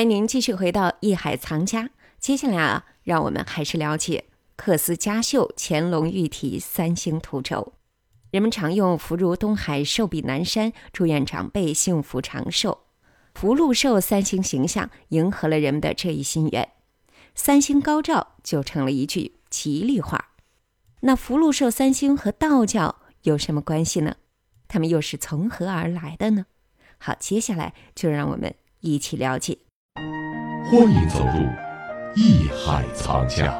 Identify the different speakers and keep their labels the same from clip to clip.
Speaker 1: 欢哎迎您继续回到《艺海藏家》，接下来啊，让我们还是了解克斯嘉绣、乾隆御题三星图轴。人们常用“福如东海，寿比南山”，祝愿长辈幸福长寿。福禄寿三星形象迎合了人们的这一心愿，三星高照就成了一句吉利话。那福禄寿三星和道教有什么关系呢？它们又是从何而来的呢？好，接下来就让我们一起了解。
Speaker 2: 欢迎走入艺海藏家。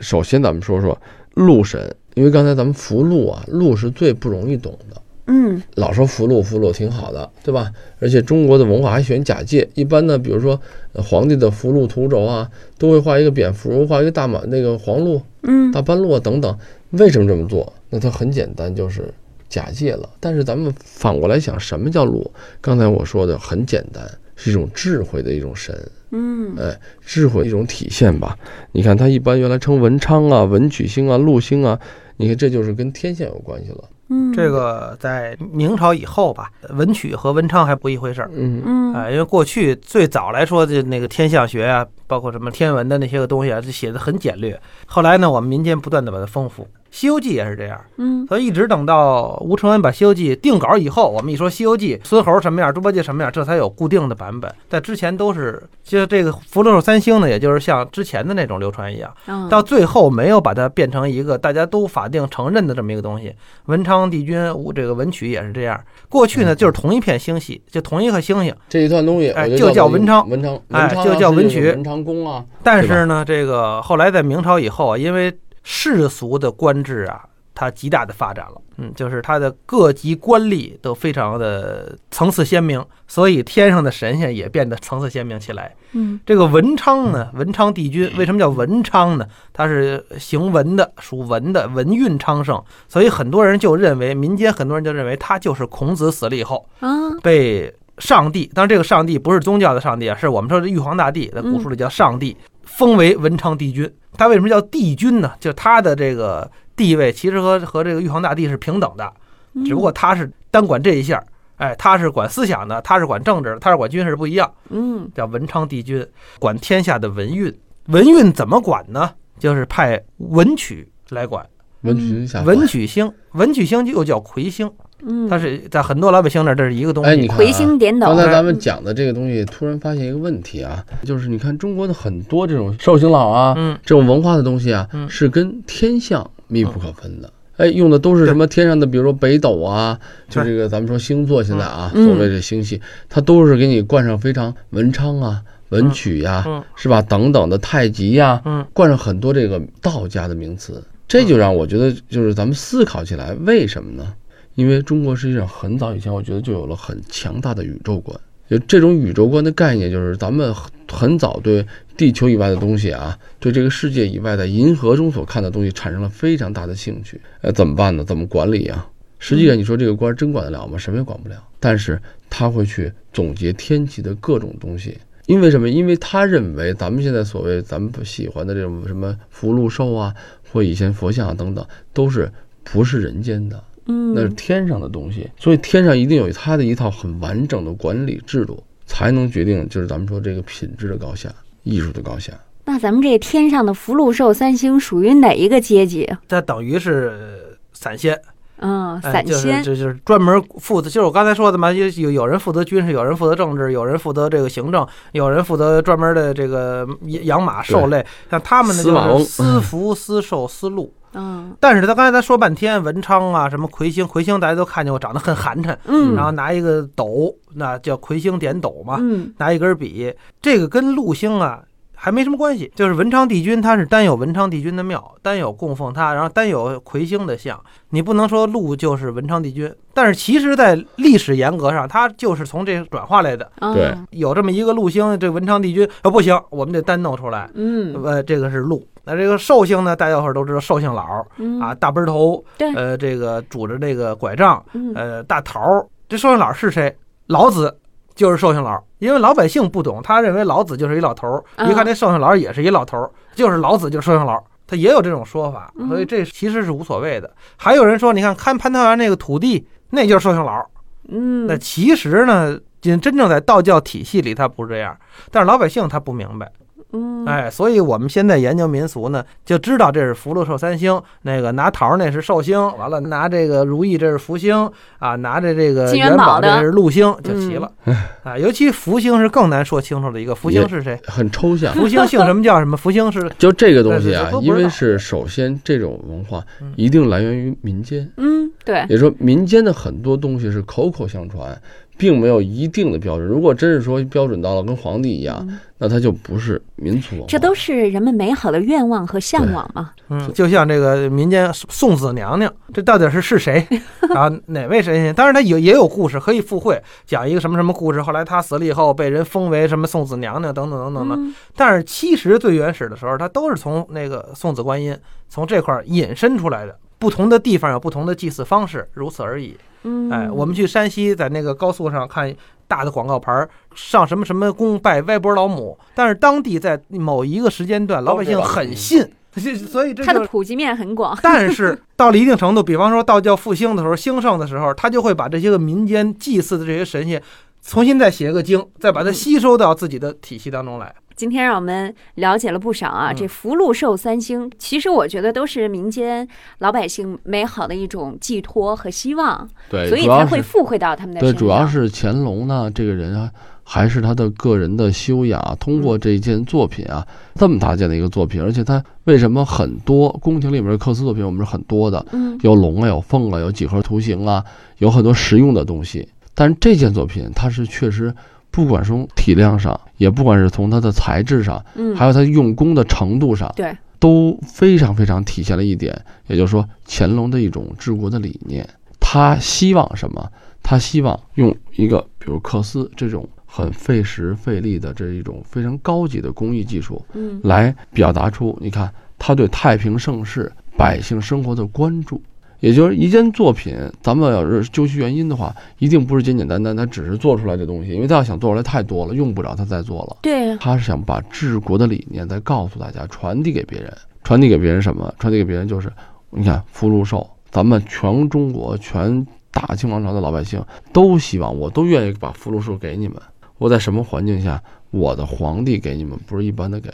Speaker 3: 首先，咱们说说禄神，因为刚才咱们福禄啊，禄是最不容易懂的。
Speaker 4: 嗯，
Speaker 3: 老说福禄，福禄挺好的，对吧？而且中国的文化还选假借，一般呢，比如说呃皇帝的福禄图轴啊，都会画一个蝙蝠，画一个大马那个黄鹿，
Speaker 4: 嗯，
Speaker 3: 大斑鹿啊等等。为什么这么做？那它很简单，就是假借了。但是咱们反过来想，什么叫禄？刚才我说的很简单，是一种智慧的一种神。
Speaker 4: 嗯，
Speaker 3: 哎，智慧的一种体现吧。你看，它一般原来称文昌啊、文曲星啊、禄星啊，你看这就是跟天象有关系了。
Speaker 4: 嗯，
Speaker 5: 这，个在明朝以后吧，文曲和文昌还不一回事儿
Speaker 3: 嗯，
Speaker 4: 嗯，
Speaker 5: 啊、因为过去最早来说，就那个天象学啊，包括什么天文的那些个东西啊，就写的很简略。后来呢，我们民间不断的把它丰富，《西游记》也是这样，
Speaker 4: 嗯，
Speaker 5: 所以一直等到吴承恩把《西游记》定稿以后，我们一说《西游记》，孙猴什么样，猪八戒什么样，这才有固定的版本。在之前都是，其实这个福禄寿三星呢，也就是像之前的那种流传一样。
Speaker 4: 嗯
Speaker 5: 到最后没有把它变成一个大家都法定承认的这么一个东西。文昌帝君，武这个文曲也是这样。过去呢，就是同一片星系，就同一颗星星。
Speaker 3: 这一段东西
Speaker 5: 哎
Speaker 3: 我就
Speaker 5: 就叫文昌
Speaker 3: 文昌，
Speaker 5: 哎
Speaker 3: 文昌啊
Speaker 5: 就叫文曲嗯
Speaker 3: 这就是文昌宫啊。
Speaker 5: 但是呢，这个后来在明朝以后啊，因为世俗的官制啊，它极大的发展了，嗯，就是它的各级官吏都非常的层次鲜明，所以天上的神仙也变得层次鲜明起来。
Speaker 4: 嗯，
Speaker 5: 这个文昌呢，文昌帝君为什么叫文昌呢？它是行文的，属文的，文运昌盛，所以很多人就认为，民间很多人就认为他就是孔子死了以后
Speaker 4: 啊，
Speaker 5: 被上帝，当然这个上帝不是宗教的上帝啊，是我们说的玉皇大帝，在古书里叫上帝，封为文昌帝君。他为什么叫帝君呢？就是他的这个地位其实和和这个玉皇大帝是平等的，
Speaker 4: 嗯
Speaker 5: 只不过他是单管这一项儿，哎，他是管思想的，他是管政治的，他是管军事不一样。
Speaker 4: 嗯，
Speaker 5: 叫文昌帝君，管天下的文运。文运怎么管呢？就是派文曲来管。
Speaker 3: 文曲下
Speaker 5: 文曲星，文曲星又叫魁星，
Speaker 4: 嗯，
Speaker 5: 它是在很多老百姓那儿这是一个东
Speaker 3: 哎，
Speaker 5: 西。
Speaker 3: 你看、啊，
Speaker 4: 回星点
Speaker 3: 刚
Speaker 4: 斗，
Speaker 3: 才咱们讲的这个东西，突然发现一个问题啊，就是你看中国的很多这种寿星老啊，
Speaker 5: 嗯，
Speaker 3: 这种文化的东西啊，
Speaker 5: 嗯
Speaker 3: 是跟天象密不可分的。哎，用的都是什么天上的，比如说北斗啊，就这个咱们说星座现在啊，
Speaker 4: 嗯
Speaker 3: 所谓的星系，它都是给你冠上非常文昌啊、文曲呀、
Speaker 5: 嗯嗯
Speaker 3: 是吧？等等的太极呀、
Speaker 5: 嗯，
Speaker 3: 冠上很多这个道家的名词，这就让我觉得就是咱们思考起来，为什么呢？因为中国实际上很早以前，我觉得就有了很强大的宇宙观。就这种宇宙观的概念，就是咱们很很早对地球以外的东西啊，对这个世界以外在银河中所看的东西产生了非常大的兴趣。呃，怎么办呢？怎么管理啊？实际上，你说这个官儿真管得了吗？什么也管不了。但是他会去总结天气的各种东西，因为什么？因为他认为咱们现在所谓咱们喜欢的这种什么福禄寿啊，或以前佛像啊等等，都是不是人间的，
Speaker 4: 嗯，
Speaker 3: 那是天上的东西。所以天上一定有它的一套很完整的管理制度，才能决定就是咱们说这个品质的高下、艺术的高下。
Speaker 4: 那咱们这天上的福禄寿三星属于哪一个阶级？
Speaker 5: 它等于是散仙，
Speaker 4: 嗯，
Speaker 5: 哎
Speaker 4: 散仙，
Speaker 5: 就是就是专门负责，就是我刚才说的嘛，有有有人负责军事，有人负责政治，有人负责这个行政，有人负责专门的这个养马兽类，像他们呢
Speaker 3: 司马
Speaker 5: 就
Speaker 3: 翁
Speaker 5: 是私服、私兽、私禄。
Speaker 4: 嗯
Speaker 5: 但是他刚才咱说半天文昌啊，什么魁星，魁星大家都看见过，长得很寒碜，
Speaker 4: 嗯
Speaker 5: 然后拿一个斗，那叫魁星点斗嘛，
Speaker 4: 嗯
Speaker 5: 拿一根笔，这个跟禄星啊还没什么关系，就是文昌帝君他是单有文昌帝君的庙，单有供奉他，然后单有魁星的像，你不能说禄就是文昌帝君，但是其实在历史严格上，它就是从这转化来的，
Speaker 4: 嗯，
Speaker 3: 对
Speaker 5: 有这么一个禄星，这文昌帝君啊不行，我们得单弄出来，
Speaker 4: 嗯
Speaker 5: 呃，这个是禄。那这个寿星呢？大家伙儿都知道，寿星老，
Speaker 4: 嗯
Speaker 5: 啊，，大背头，
Speaker 4: 对
Speaker 5: 呃，这个拄着这个拐杖，
Speaker 4: 嗯
Speaker 5: 呃，大桃儿，这寿星老是谁？老子就是寿星老，因为老百姓不懂，他认为老子就是一老头儿，
Speaker 4: 嗯
Speaker 5: 一看这寿星老也是一老头儿，就是老子就是寿星老。他也有这种说法，
Speaker 4: 嗯
Speaker 5: 所以这其实是无所谓的。还有人说，你看看蟠桃园那个土地，那就是寿星老，
Speaker 4: 嗯，
Speaker 5: 那其实呢，真真正在道教体系里，它不是这样，但是老百姓他不明白，
Speaker 4: 嗯，
Speaker 5: 哎，所以我们现在研究民俗呢，就知道这是福禄寿三星，那个拿桃儿那是寿星，完了拿这个如意这是福星啊，拿着这个
Speaker 4: 金元
Speaker 5: 元
Speaker 4: 宝
Speaker 5: 宝
Speaker 4: 的嗯
Speaker 5: 这是禄星就齐了， 啊，尤其福星是更难说清楚的一个，福星
Speaker 3: 也
Speaker 5: 是谁？
Speaker 3: 很抽象。
Speaker 5: 福星姓什么叫什么？福星是
Speaker 3: 就这个东西啊
Speaker 5: 对对对，
Speaker 3: 因
Speaker 5: 不知
Speaker 3: 为
Speaker 5: 道
Speaker 3: 是首先这种文化
Speaker 5: 嗯
Speaker 3: 一定来源于民间，
Speaker 4: 嗯，对，
Speaker 3: 也就是说民间的很多东西是口口相传，并没有一定的标准。如果真是说标准到了跟皇帝一样，
Speaker 5: 嗯
Speaker 3: 那它就不是民族文化。
Speaker 4: 这都是人们美好的愿望和向往嘛。
Speaker 5: 嗯，就像这个民间送子娘娘，这到底是是谁啊？哪位神仙？当然，他有也有故事，可以附会，讲一个什么什么故事。后来他死了以后，被人封为什么送子娘娘等等等等的。
Speaker 4: 嗯
Speaker 5: 但是其实最原始的时候，它都是从那个送子观音从这块儿引申出来的。不同的地方有不同的祭祀方式，如此而已。
Speaker 4: 嗯，
Speaker 5: 哎，我们去山西，在那个高速上看大的广告牌儿，上什么什么宫拜歪脖老母，但是当地在某一个时间段，老百姓很信， 所以这
Speaker 4: 它
Speaker 5: 就
Speaker 4: 嗯的普及面很广。
Speaker 5: 但是到了一定程度，比方说道教复兴的时候、兴盛的时候，他就会把这些个民间祭祀的这些神仙，重新再写个经，再
Speaker 4: 嗯
Speaker 5: 把它吸收到自己的体系当中来。
Speaker 4: 今天让我们了解了不少啊，
Speaker 5: 嗯
Speaker 4: 这福禄寿三星，其实我觉得都是民间老百姓美好的一种寄托和希望，
Speaker 3: 对
Speaker 4: 所以才会附会到他们的身
Speaker 3: 对，
Speaker 4: 上。
Speaker 3: 主要是乾隆呢，这个人啊，还是他的个人的修养
Speaker 4: 嗯
Speaker 3: 啊，通过这一件作品啊，这么大件的一个作品，而且他为什么很多宫廷里面的缂丝作品，我们是很多的，
Speaker 4: 嗯
Speaker 3: 有龙啊，有凤啊，有几何图形啊，有很多实用的东西。但是这件作品，它是确实，不管从体量上，也不管是从它的材质上，
Speaker 4: 嗯，
Speaker 3: 还有它用功的程度上，
Speaker 4: 对，
Speaker 3: 都非常非常体现了一点，也就是说乾隆的一种治国的理念。他希望什么？他希望用一个比如缂丝这种很费时费力的这一种非常高级的工艺技术，
Speaker 4: 嗯
Speaker 3: 来表达出你看他对太平盛世百姓生活的关注。也就是一件作品，咱们要是究其原因的话，一定不是简简单单，他只是做出来的东西，因为他要想做出来太多了，用不着他再做了。
Speaker 4: 对，
Speaker 3: 他是想把治国的理念再告诉大家，传递给别人，传递给别人什么？传递给别人就是，你看福禄寿，咱们全中国全大清王朝的老百姓都希望，我都愿意把福禄寿给你们。我在什么环境下，我的皇帝给你们不是一般的给，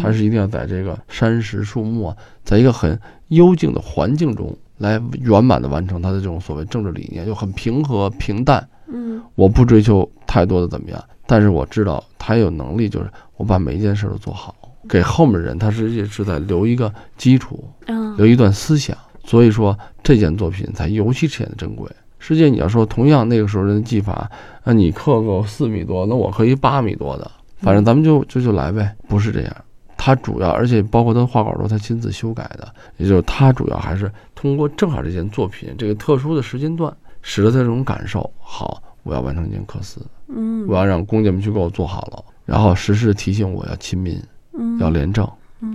Speaker 3: 他是一定要在这个山石树木啊，在一个很幽静的环境中来圆满的完成他的这种所谓政治理念，就很平和平淡。
Speaker 4: 嗯
Speaker 3: 我不追求太多的怎么样，但是我知道他有能力，就是我把每一件事儿都做好，给后面人他实际是在留一个基础，
Speaker 4: 嗯
Speaker 3: 留一段思想。所以说这件作品才尤其显得珍贵。世界你要说同样那个时候人的技法，那你刻个四米多，那我刻一八米多的，反正咱们就就就来呗，不是这样。他主要，而且包括他的画稿都是他亲自修改的，也就是他主要还是通过正好这件作品这个特殊的时间段，使得他这种感受好，我要完成一件缂丝，
Speaker 4: 嗯
Speaker 3: 我要让工匠们去给我做好了，然后时时提醒我要亲民，要
Speaker 4: 嗯，
Speaker 3: 廉政，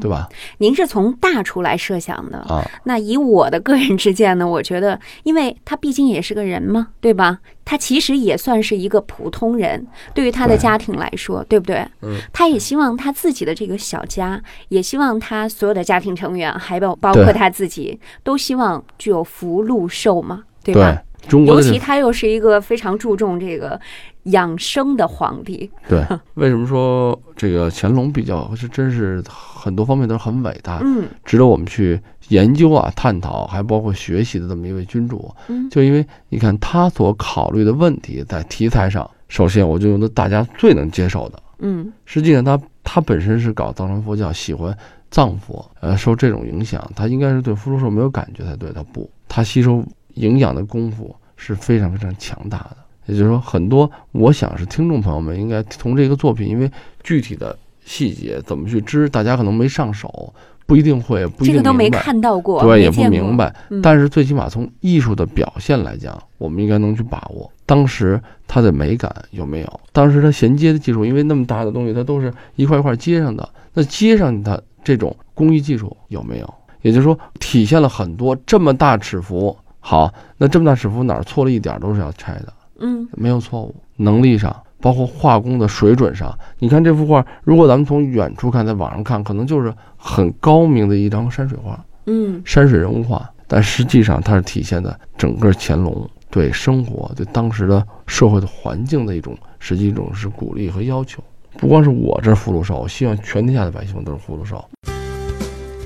Speaker 3: 对吧？
Speaker 4: 您是从大处来设想的，
Speaker 3: 啊，
Speaker 4: 那以我的个人之见呢，我觉得，因为他毕竟也是个人嘛，对吧？他其实也算是一个普通人，对于他的
Speaker 3: 对
Speaker 4: 家庭来说，对不对？
Speaker 3: 嗯，
Speaker 4: 他也希望他自己的这个小家，也希望他所有的家庭成员，还包包括
Speaker 3: 对
Speaker 4: 他自己，都希望具有福禄寿嘛，对吧？
Speaker 3: 中国
Speaker 4: 尤
Speaker 3: 的这
Speaker 4: 其他又是一个非常注重这个养生的皇帝，
Speaker 3: 对，为什么说这个乾隆比较是真是很多方面都是很伟大，
Speaker 4: 嗯
Speaker 3: 值得我们去研究啊、探讨，还包括学习的这么一位君主。
Speaker 4: 嗯
Speaker 3: 就因为你看他所考虑的问题，在题材上，首先我就用的大家最能接受的。
Speaker 4: 嗯
Speaker 3: 实际上他他本身是搞藏传佛教，喜欢藏佛，呃，受这种影响，他应该是对福禄寿没有感觉才对，他不，他吸收营养的功夫是非常非常强大的。也就是说，很多我想是听众朋友们应该从这个作品，因为具体的细节怎么去知，大家可能没上手，不一定会，不一
Speaker 4: 这
Speaker 3: 定
Speaker 4: 个都没
Speaker 3: 明白。
Speaker 4: 看到过，
Speaker 3: 对，也
Speaker 4: 没
Speaker 3: 不
Speaker 4: 见
Speaker 3: 明
Speaker 4: 过，
Speaker 3: 白。
Speaker 4: 嗯
Speaker 3: 但是最起码从艺术的表现来讲，我们应该能去把握当时它的美感有没有。当时它衔接的技术，因为那么大的东西，它都是一块一块接上的，那接上它这种工艺技术有没有？也就是说，体现了很多这么大尺幅。好，那这么大尺幅哪儿错了一点儿都是要拆的。
Speaker 4: 嗯
Speaker 3: 没有错误，能力上，包括画工的水准上。你看这幅画，如果咱们从远处看，在网上看，可能就是很高明的一张山水画、
Speaker 4: 嗯
Speaker 3: 山水人物画，但实际上它是体现的整个乾隆对生活、对当时的社会的环境的一种实际一种是鼓励和要求。不光是我这儿福禄寿，我希望全天下的百姓都是福禄寿。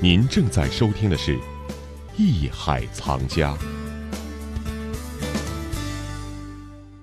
Speaker 2: 您正在收听的是《艺海藏家》。